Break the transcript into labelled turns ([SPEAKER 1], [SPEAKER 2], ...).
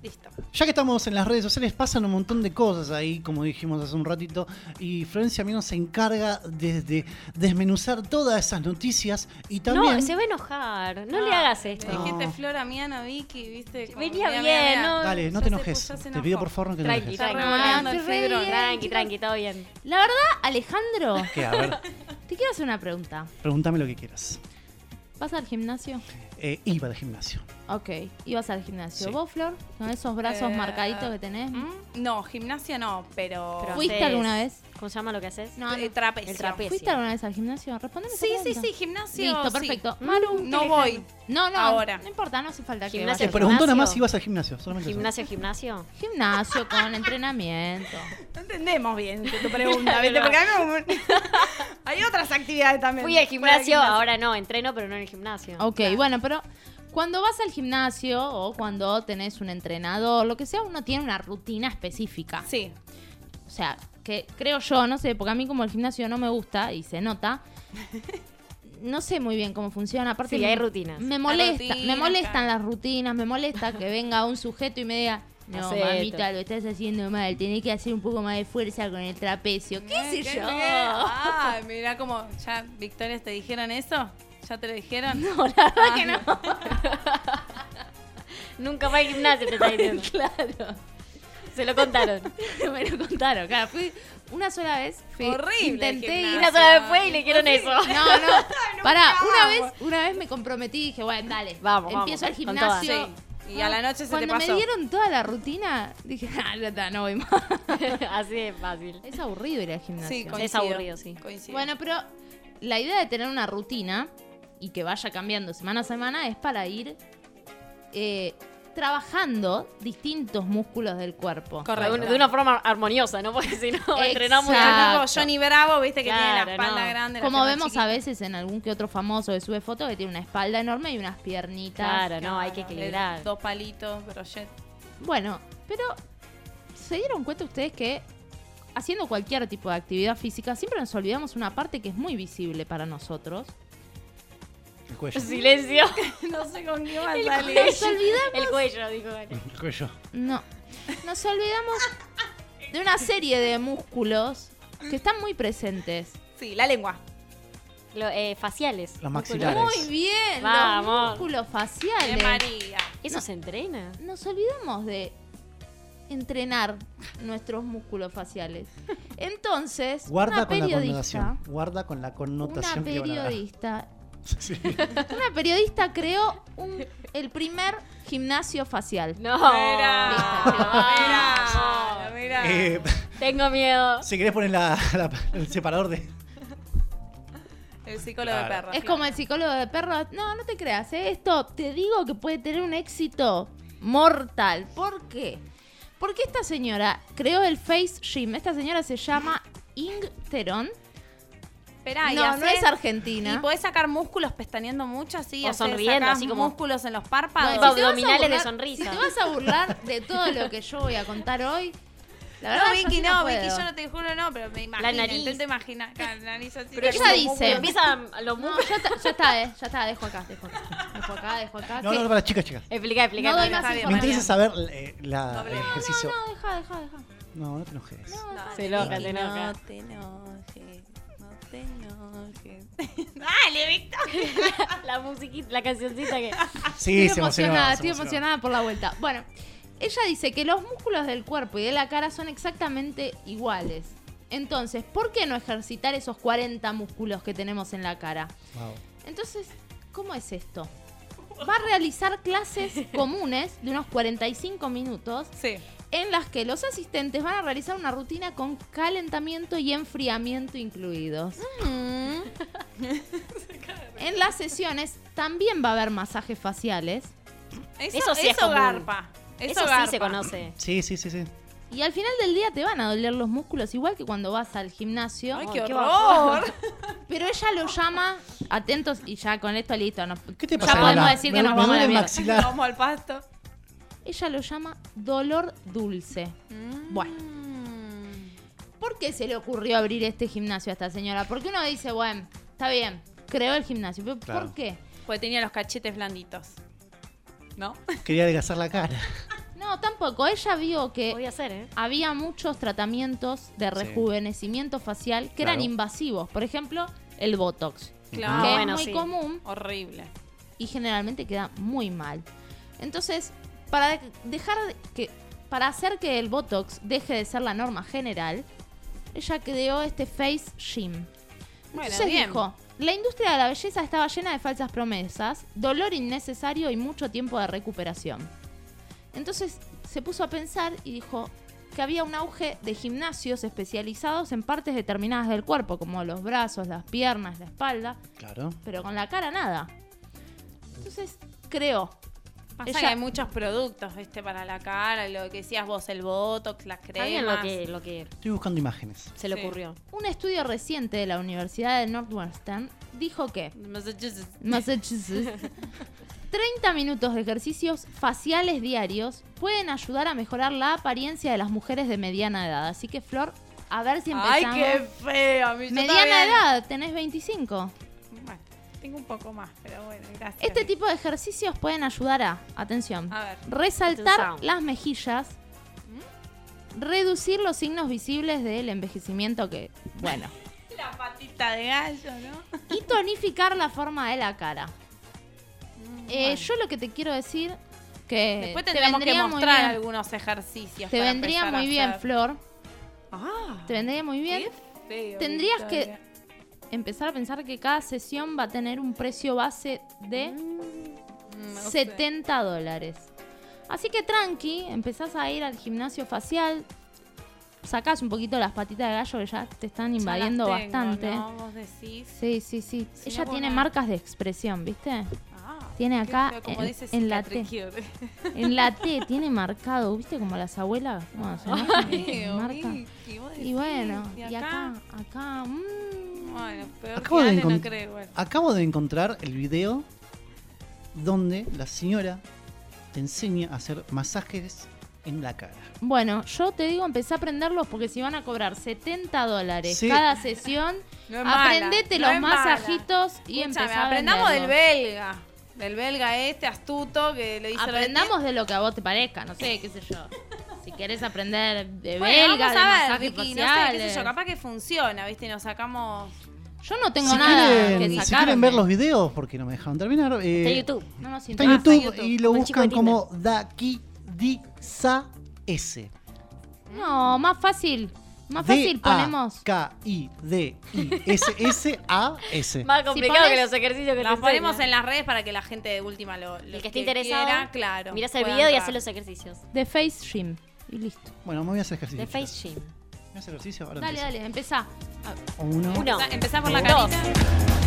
[SPEAKER 1] Listo.
[SPEAKER 2] Ya que estamos en las redes sociales, pasan un montón de cosas ahí, como dijimos hace un ratito, y Florencia Mino se encarga de, de desmenuzar todas esas noticias y también...
[SPEAKER 3] No, se va a enojar. No
[SPEAKER 1] Ah,
[SPEAKER 3] le hagas
[SPEAKER 1] Le
[SPEAKER 3] esto.
[SPEAKER 2] No.
[SPEAKER 1] dijiste flor a Miana Vicky, viste. como,
[SPEAKER 3] Venía
[SPEAKER 1] mira,
[SPEAKER 3] bien,
[SPEAKER 1] mira, mira.
[SPEAKER 3] no.
[SPEAKER 2] Dale,
[SPEAKER 1] Ya
[SPEAKER 2] no te
[SPEAKER 1] se
[SPEAKER 2] enojes.
[SPEAKER 1] puso, se
[SPEAKER 2] Te pido
[SPEAKER 1] enojó.
[SPEAKER 2] por favor que no te
[SPEAKER 3] Tranqui,
[SPEAKER 2] enojes.
[SPEAKER 1] Está
[SPEAKER 3] tranqui.
[SPEAKER 4] Ah,
[SPEAKER 1] remodelando el
[SPEAKER 3] Ay, estoy re
[SPEAKER 1] Fedro.
[SPEAKER 3] bien, Tranqui, tranqui, todo bien.
[SPEAKER 4] La verdad, Alejandro,
[SPEAKER 2] ¿Qué? A ver,
[SPEAKER 4] te quiero hacer una pregunta.
[SPEAKER 2] pregúntame lo que quieras.
[SPEAKER 4] ¿Vas al gimnasio?
[SPEAKER 2] Eh, iba al gimnasio.
[SPEAKER 4] Ok, ibas al gimnasio.
[SPEAKER 2] Sí.
[SPEAKER 4] ¿Vos, Flor? Con esos brazos
[SPEAKER 1] Eh,
[SPEAKER 4] marcaditos que tenés.
[SPEAKER 1] ¿Mm? No, gimnasia no, pero.
[SPEAKER 3] Pero
[SPEAKER 4] ¿Fuiste
[SPEAKER 3] haces-
[SPEAKER 4] alguna vez?
[SPEAKER 3] ¿Cómo se llama lo que haces?
[SPEAKER 4] No,
[SPEAKER 1] Eh,
[SPEAKER 4] no.
[SPEAKER 1] trapecio.
[SPEAKER 3] El trapecio.
[SPEAKER 4] ¿Fuiste alguna vez al gimnasio? Respondeme esa
[SPEAKER 1] Sí, sí,
[SPEAKER 4] pregunta.
[SPEAKER 1] sí, gimnasio.
[SPEAKER 4] Listo,
[SPEAKER 1] sí.
[SPEAKER 4] perfecto.
[SPEAKER 3] Maru,
[SPEAKER 1] No voy.
[SPEAKER 4] No, no,
[SPEAKER 1] Ahora.
[SPEAKER 4] no importa, no hace falta que
[SPEAKER 3] Gimnasia,
[SPEAKER 2] Te
[SPEAKER 4] vayas.
[SPEAKER 2] Eh,
[SPEAKER 3] pero-
[SPEAKER 2] preguntó nada
[SPEAKER 3] gimnasio.
[SPEAKER 2] más si ibas al gimnasio. Solamente eso.
[SPEAKER 3] ¿Gimnasio, gimnasio?
[SPEAKER 4] Gimnasio con entrenamiento.
[SPEAKER 1] No entendemos bien tu pregunta, ¿viste? Porque hay, como- hay otras actividades también.
[SPEAKER 3] Fui al
[SPEAKER 1] Fuera del
[SPEAKER 3] gimnasio, ahora no, entreno, pero no en el gimnasio.
[SPEAKER 4] Ok, bueno, pero cuando vas al gimnasio o cuando tenés un entrenador, lo que sea, uno tiene una rutina específica.
[SPEAKER 1] Sí.
[SPEAKER 4] O sea, que creo yo, no sé, porque a mí como el gimnasio no me gusta y se nota. No sé muy bien cómo funciona. Aparte,
[SPEAKER 3] Sí,
[SPEAKER 4] me-
[SPEAKER 3] hay rutinas.
[SPEAKER 4] Me molesta, me
[SPEAKER 1] rutinas,
[SPEAKER 4] molestan
[SPEAKER 1] claro.
[SPEAKER 4] las rutinas, me molesta que venga un sujeto y me diga, no,
[SPEAKER 3] Hacé
[SPEAKER 4] mamita,
[SPEAKER 3] esto".
[SPEAKER 4] lo estás haciendo mal, tenés que hacer un poco más de fuerza con el trapecio. ¿Qué
[SPEAKER 1] Eh,
[SPEAKER 4] sé yo?
[SPEAKER 1] Ay, mira como. ¿Ya, Victoria, te dijeron eso? ¿Ya te lo dijeron? No,
[SPEAKER 4] La verdad que no.
[SPEAKER 3] Ah, Nunca fue al gimnasio, te está diciendo.
[SPEAKER 4] Claro.
[SPEAKER 3] Se lo contaron.
[SPEAKER 4] me lo contaron, claro. Fui una sola vez. fui-
[SPEAKER 1] Horrible el
[SPEAKER 4] Intenté
[SPEAKER 1] gimnasio.
[SPEAKER 4] ir
[SPEAKER 3] Una sola vez fue y le dijeron eso.
[SPEAKER 4] No, no. Pará, una vez, una vez me comprometí y dije, bueno, dale,
[SPEAKER 3] Vamos,
[SPEAKER 4] empiezo
[SPEAKER 3] vamos,
[SPEAKER 4] el
[SPEAKER 3] con todas.
[SPEAKER 4] gimnasio.
[SPEAKER 1] Sí, y a la noche se
[SPEAKER 4] Cuando
[SPEAKER 1] te pasó.
[SPEAKER 4] me dieron toda la rutina, dije, ah, ya está, no voy más.
[SPEAKER 3] Así de fácil.
[SPEAKER 4] Es aburrido ir al gimnasio.
[SPEAKER 1] Sí,
[SPEAKER 3] Es
[SPEAKER 1] coincido,
[SPEAKER 3] aburrido, sí.
[SPEAKER 1] coincido.
[SPEAKER 4] bueno, pero la idea de tener una rutina y que vaya cambiando semana a semana es para ir eh, trabajando distintos músculos del cuerpo.
[SPEAKER 3] De,
[SPEAKER 1] correcto.
[SPEAKER 3] un- de una forma armoniosa, ¿no? Porque si no,
[SPEAKER 4] Exacto.
[SPEAKER 3] entrenamos.
[SPEAKER 1] Tipo Johnny Bravo, viste que tiene
[SPEAKER 3] Claro,
[SPEAKER 1] la espalda
[SPEAKER 3] no.
[SPEAKER 1] grande. la
[SPEAKER 4] Como
[SPEAKER 1] pierna
[SPEAKER 4] vemos
[SPEAKER 1] chiquita.
[SPEAKER 4] a veces en algún que otro famoso que sube fotos que tiene una espalda enorme y unas piernitas.
[SPEAKER 3] Claro, no, hay que
[SPEAKER 1] Claro,
[SPEAKER 3] equilibrar.
[SPEAKER 1] el- Dos palitos, brochet.
[SPEAKER 4] Bueno, pero ¿se dieron cuenta ustedes que haciendo cualquier tipo de actividad física siempre nos olvidamos una parte que es muy visible para nosotros?
[SPEAKER 2] El cuello.
[SPEAKER 3] Silencio.
[SPEAKER 1] No sé con qué va a
[SPEAKER 3] El
[SPEAKER 1] salir.
[SPEAKER 3] cuello, el cuello, dijo. Ale.
[SPEAKER 2] El cuello.
[SPEAKER 4] No, nos olvidamos de una serie de músculos que están muy presentes.
[SPEAKER 1] Sí, la lengua.
[SPEAKER 3] Lo- eh, faciales.
[SPEAKER 2] Los maxilares.
[SPEAKER 4] Muy bien,
[SPEAKER 3] Vamos.
[SPEAKER 4] los músculos
[SPEAKER 1] De
[SPEAKER 4] faciales.
[SPEAKER 1] María.
[SPEAKER 3] ¿Eso se entrena?
[SPEAKER 4] Nos olvidamos de entrenar nuestros músculos faciales. Entonces,
[SPEAKER 2] Guarda
[SPEAKER 4] una
[SPEAKER 2] con la
[SPEAKER 4] periodista,
[SPEAKER 2] connotación. Guarda con la
[SPEAKER 4] una
[SPEAKER 2] connotación que van a dar.
[SPEAKER 4] periodista
[SPEAKER 2] Sí. Eh,
[SPEAKER 4] Una periodista creó un- el primer gimnasio facial.
[SPEAKER 3] No.
[SPEAKER 1] Mira, mira,
[SPEAKER 3] No.
[SPEAKER 1] mira.
[SPEAKER 2] Eh,
[SPEAKER 3] Tengo miedo.
[SPEAKER 2] si querés poner la- la- el separador de...
[SPEAKER 1] El psicólogo de
[SPEAKER 2] Claro.
[SPEAKER 1] perro.
[SPEAKER 4] Es como el psicólogo de perros. No, no te creas. ¿eh? Esto te digo que puede tener un éxito mortal. ¿Por qué? Porque esta señora creó el Face Gym. Esta señora se llama Ing Terón.
[SPEAKER 1] Esperá, y
[SPEAKER 4] no, no
[SPEAKER 1] hacés-
[SPEAKER 4] es argentina.
[SPEAKER 1] Y pues, podés sacar músculos pestañeando mucho así.
[SPEAKER 3] O
[SPEAKER 1] hacés-
[SPEAKER 3] sonriendo,
[SPEAKER 1] sacás
[SPEAKER 3] así como-
[SPEAKER 1] músculos en los
[SPEAKER 4] Bueno,
[SPEAKER 1] párpados.
[SPEAKER 4] si
[SPEAKER 3] Tipo
[SPEAKER 4] te vas a
[SPEAKER 3] abdominales de
[SPEAKER 4] burlar-
[SPEAKER 3] sonrisa.
[SPEAKER 4] Si te vas a burlar de todo lo que yo voy a contar hoy, la verdad
[SPEAKER 1] No,
[SPEAKER 4] yo
[SPEAKER 1] Vicky,
[SPEAKER 4] sí
[SPEAKER 1] no,
[SPEAKER 4] puedo.
[SPEAKER 1] Vicky, yo no te juro, no, pero me imagino.
[SPEAKER 3] nariz.
[SPEAKER 1] Intento imaginar. claro, La nariz así.
[SPEAKER 4] Pero
[SPEAKER 1] Pero
[SPEAKER 4] ella
[SPEAKER 1] como-
[SPEAKER 4] dice-
[SPEAKER 3] Empieza lo
[SPEAKER 4] No, ya está, ya está, eh, ya está, dejo acá, dejo acá, dejo acá, dejo acá.
[SPEAKER 2] No,
[SPEAKER 4] que-
[SPEAKER 2] no, no, para chicas, chicas.
[SPEAKER 3] Explica, explica.
[SPEAKER 4] No doy
[SPEAKER 3] explica.
[SPEAKER 1] Está
[SPEAKER 4] más
[SPEAKER 1] bien,
[SPEAKER 2] Me
[SPEAKER 1] Para
[SPEAKER 2] interesa
[SPEAKER 1] mí.
[SPEAKER 2] saber eh, la-
[SPEAKER 1] Doble.
[SPEAKER 2] el
[SPEAKER 1] No, no,
[SPEAKER 2] ejercicio.
[SPEAKER 4] No, deja, deja, deja.
[SPEAKER 2] No, no te enojes.
[SPEAKER 4] No,
[SPEAKER 1] No,
[SPEAKER 3] Se enoja,
[SPEAKER 1] Vicky,
[SPEAKER 3] se enoja.
[SPEAKER 1] No te enojes, no te enojes. Dale, Víctor.
[SPEAKER 3] La musiquita, la cancioncita que.
[SPEAKER 2] Ah, Sí,
[SPEAKER 4] estoy
[SPEAKER 2] se
[SPEAKER 4] emocionada,
[SPEAKER 2] emocionaba.
[SPEAKER 4] estoy emocionada por la vuelta. Bueno, ella dice que los músculos del cuerpo y de la cara son exactamente iguales. Entonces, ¿por qué no ejercitar esos 40 músculos que tenemos en la cara? Entonces, ¿cómo es esto? Va a realizar clases comunes de unos 45 minutos
[SPEAKER 1] Sí.
[SPEAKER 4] en las que los asistentes van a realizar una rutina con calentamiento y enfriamiento incluidos.
[SPEAKER 2] Ah,
[SPEAKER 1] Mm.
[SPEAKER 4] en las sesiones también va a haber masajes faciales
[SPEAKER 1] Eso,
[SPEAKER 3] Eso sí es
[SPEAKER 1] eso
[SPEAKER 3] común.
[SPEAKER 1] garpa. Eso,
[SPEAKER 3] Eso,
[SPEAKER 1] garpa.
[SPEAKER 3] sí se conoce.
[SPEAKER 2] Sí, sí, sí, sí.
[SPEAKER 4] y al final del día te van a doler los músculos igual que cuando vas al gimnasio,
[SPEAKER 1] Ay, qué
[SPEAKER 3] Qué
[SPEAKER 1] horror.
[SPEAKER 4] pero ella lo llama atentos y ya con esto listo, nos-
[SPEAKER 2] ¿Qué te
[SPEAKER 4] ya
[SPEAKER 2] pasa?
[SPEAKER 4] podemos
[SPEAKER 2] Lola?
[SPEAKER 4] decir
[SPEAKER 2] Me-
[SPEAKER 4] que nos
[SPEAKER 2] me
[SPEAKER 4] vamos a
[SPEAKER 2] duele
[SPEAKER 4] la
[SPEAKER 2] el
[SPEAKER 4] mierda.
[SPEAKER 2] maxilar.
[SPEAKER 1] Vamos al pasto.
[SPEAKER 4] Ella lo llama dolor dulce.
[SPEAKER 1] Mm.
[SPEAKER 4] Bueno. ¿Por qué se le ocurrió abrir este gimnasio a esta señora? Porque uno dice, bueno, está bien, creó el gimnasio, pero
[SPEAKER 2] Claro.
[SPEAKER 4] ¿por qué?
[SPEAKER 1] Pues Porque tenía los cachetes blanditos. ¿No?
[SPEAKER 2] Quería adelgazar la cara.
[SPEAKER 4] No, No, tampoco. Ella vio que
[SPEAKER 3] Podía ser, ¿eh?
[SPEAKER 4] había muchos tratamientos de rejuvenecimiento facial que
[SPEAKER 5] Claro.
[SPEAKER 4] eran invasivos. Por ejemplo, el Botox,
[SPEAKER 1] Claro.
[SPEAKER 4] que
[SPEAKER 3] Ah, bueno,
[SPEAKER 4] es muy
[SPEAKER 3] sí.
[SPEAKER 4] común
[SPEAKER 1] Horrible.
[SPEAKER 4] y generalmente queda muy mal. Entonces, para de- dejar de- que para hacer que el botox deje de ser la norma general, ella creó este face gym.
[SPEAKER 1] Bueno,
[SPEAKER 4] Entonces
[SPEAKER 1] bien.
[SPEAKER 4] dijo, la industria de la belleza estaba llena de falsas promesas, dolor innecesario y mucho tiempo de recuperación. Entonces se puso a pensar y dijo que había un auge de gimnasios especializados en partes determinadas del cuerpo, como los brazos, las piernas, la espalda,
[SPEAKER 2] Claro.
[SPEAKER 4] pero con la cara nada. Entonces creó.
[SPEAKER 1] Pasa
[SPEAKER 4] Ella-
[SPEAKER 1] que hay muchos productos, viste, para la cara, lo que decías vos, el botox, las
[SPEAKER 3] Está bien lo
[SPEAKER 1] cremas.
[SPEAKER 3] que, lo que
[SPEAKER 2] Estoy buscando imágenes.
[SPEAKER 3] se le
[SPEAKER 1] Sí.
[SPEAKER 3] ocurrió.
[SPEAKER 4] Un estudio reciente de la Universidad de Northwestern dijo que
[SPEAKER 1] Massachusetts.
[SPEAKER 4] Massachusetts, 30 minutos de ejercicios faciales diarios pueden ayudar a mejorar la apariencia de las mujeres de mediana edad. Así que Flor, a ver si
[SPEAKER 1] Ay,
[SPEAKER 4] empezamos.
[SPEAKER 1] qué feo. a mí yo
[SPEAKER 4] mediana
[SPEAKER 1] también.
[SPEAKER 4] edad, tenés 25.
[SPEAKER 1] Bueno, tengo un poco más, pero bueno, gracias.
[SPEAKER 4] Este tipo de ejercicios pueden ayudar a, atención,
[SPEAKER 1] A ver.
[SPEAKER 4] resaltar
[SPEAKER 3] Atención.
[SPEAKER 4] las mejillas,
[SPEAKER 1] ¿Mm?
[SPEAKER 4] reducir los signos visibles del envejecimiento que, bueno,
[SPEAKER 1] La patita de gallo, ¿no?
[SPEAKER 4] y tonificar la forma de la cara. Eh, Yo lo que te quiero decir que
[SPEAKER 1] Después
[SPEAKER 4] te
[SPEAKER 1] tendríamos que
[SPEAKER 4] vendría muy
[SPEAKER 1] mostrar
[SPEAKER 4] bien,
[SPEAKER 1] algunos ejercicios.
[SPEAKER 4] te
[SPEAKER 1] para
[SPEAKER 4] vendría
[SPEAKER 1] empezar a
[SPEAKER 4] muy bien,
[SPEAKER 1] hacer.
[SPEAKER 4] Flor,
[SPEAKER 1] Ah,
[SPEAKER 4] te vendría muy bien.
[SPEAKER 1] qué feo,
[SPEAKER 4] Tendrías
[SPEAKER 1] Victoria.
[SPEAKER 4] Empezar a pensar que cada sesión va a tener un precio base de
[SPEAKER 1] Mm, no sé.
[SPEAKER 4] 70 dólares. Así que tranqui, empezás a ir al gimnasio facial, sacás un poquito las patitas de gallo que ya te están
[SPEAKER 1] Ya las
[SPEAKER 4] invadiendo
[SPEAKER 1] tengo,
[SPEAKER 4] bastante.
[SPEAKER 1] ¿no? Vos decís.
[SPEAKER 4] Sí, sí, sí.
[SPEAKER 1] Si
[SPEAKER 4] Ella
[SPEAKER 1] no,
[SPEAKER 4] tiene
[SPEAKER 1] bueno.
[SPEAKER 4] marcas de expresión, ¿viste?
[SPEAKER 1] Ah,
[SPEAKER 4] Tiene
[SPEAKER 1] qué
[SPEAKER 4] acá
[SPEAKER 1] feo, como
[SPEAKER 4] en-
[SPEAKER 1] dice
[SPEAKER 4] en la T.
[SPEAKER 1] cicatricure.
[SPEAKER 4] En la T tiene marcado, ¿viste? Como las abuelas. Bueno, se enojan que te
[SPEAKER 1] Feo,
[SPEAKER 4] marca.
[SPEAKER 1] Vicky, vos
[SPEAKER 4] Y
[SPEAKER 1] decís,
[SPEAKER 4] bueno,
[SPEAKER 1] ¿y
[SPEAKER 4] y acá, acá. mm.
[SPEAKER 1] Bueno, peor
[SPEAKER 2] Acabo
[SPEAKER 1] que
[SPEAKER 2] de
[SPEAKER 1] Ale no
[SPEAKER 2] encon-
[SPEAKER 1] creo, bueno.
[SPEAKER 2] Acabo de encontrar el video donde la señora te enseña a hacer masajes en la cara.
[SPEAKER 4] Bueno, yo te digo, empecé a aprenderlos porque si van a cobrar 70 dólares
[SPEAKER 2] Sí.
[SPEAKER 4] cada sesión,
[SPEAKER 1] No es mala,
[SPEAKER 4] aprendete
[SPEAKER 1] no
[SPEAKER 4] los
[SPEAKER 1] es mala.
[SPEAKER 4] masajitos y
[SPEAKER 1] Escúchame,
[SPEAKER 4] empezá a
[SPEAKER 1] aprendamos del
[SPEAKER 4] venderlos.
[SPEAKER 1] belga. Del belga este astuto que le dice lo de-
[SPEAKER 4] Aprendamos de lo que a vos te parezca, no sé, qué sé yo. Si querés aprender de
[SPEAKER 1] Bueno,
[SPEAKER 4] belga,
[SPEAKER 1] vamos
[SPEAKER 4] de
[SPEAKER 1] a ver,
[SPEAKER 4] masajes
[SPEAKER 1] Vicky, no sé, qué
[SPEAKER 4] faciales.
[SPEAKER 1] sé yo, capaz que funciona, ¿viste? Y nos sacamos...
[SPEAKER 4] yo no tengo
[SPEAKER 2] si,
[SPEAKER 4] nada
[SPEAKER 2] quieren,
[SPEAKER 4] que
[SPEAKER 2] si
[SPEAKER 4] sacar.
[SPEAKER 2] quieren ver los videos, porque no me dejaron terminar, eh,
[SPEAKER 3] Está en YouTube.
[SPEAKER 4] No, no, siento.
[SPEAKER 2] está en
[SPEAKER 1] Ah,
[SPEAKER 2] YouTube,
[SPEAKER 1] está en YouTube,
[SPEAKER 2] y lo
[SPEAKER 3] como el chico
[SPEAKER 2] buscan
[SPEAKER 3] de
[SPEAKER 2] como Dakidisa S.
[SPEAKER 4] No, más fácil. Más fácil ponemos.
[SPEAKER 2] K-I-D-I-S-S-A-S.
[SPEAKER 3] Más complicado
[SPEAKER 4] pones-
[SPEAKER 3] que los ejercicios que
[SPEAKER 1] Las
[SPEAKER 3] te
[SPEAKER 1] ponemos
[SPEAKER 3] enseñan.
[SPEAKER 1] en las redes para que la gente de última lo, lo
[SPEAKER 3] El que esté interesado,
[SPEAKER 1] quiera, claro.
[SPEAKER 3] mirás el
[SPEAKER 1] pueda
[SPEAKER 3] video y
[SPEAKER 1] entrar.
[SPEAKER 3] haces los ejercicios.
[SPEAKER 4] The Face Gym. Y listo.
[SPEAKER 2] Bueno, me voy a hacer ejercicio.
[SPEAKER 3] De Face
[SPEAKER 2] chicos.
[SPEAKER 3] Gym.
[SPEAKER 2] ¿Me hace ejercicio? Ahora
[SPEAKER 4] Dale,
[SPEAKER 2] empiezo.
[SPEAKER 4] dale, empezá.
[SPEAKER 2] Uno.
[SPEAKER 3] Uno.
[SPEAKER 1] Empezá- Empezá por la
[SPEAKER 3] Dos.
[SPEAKER 1] carita.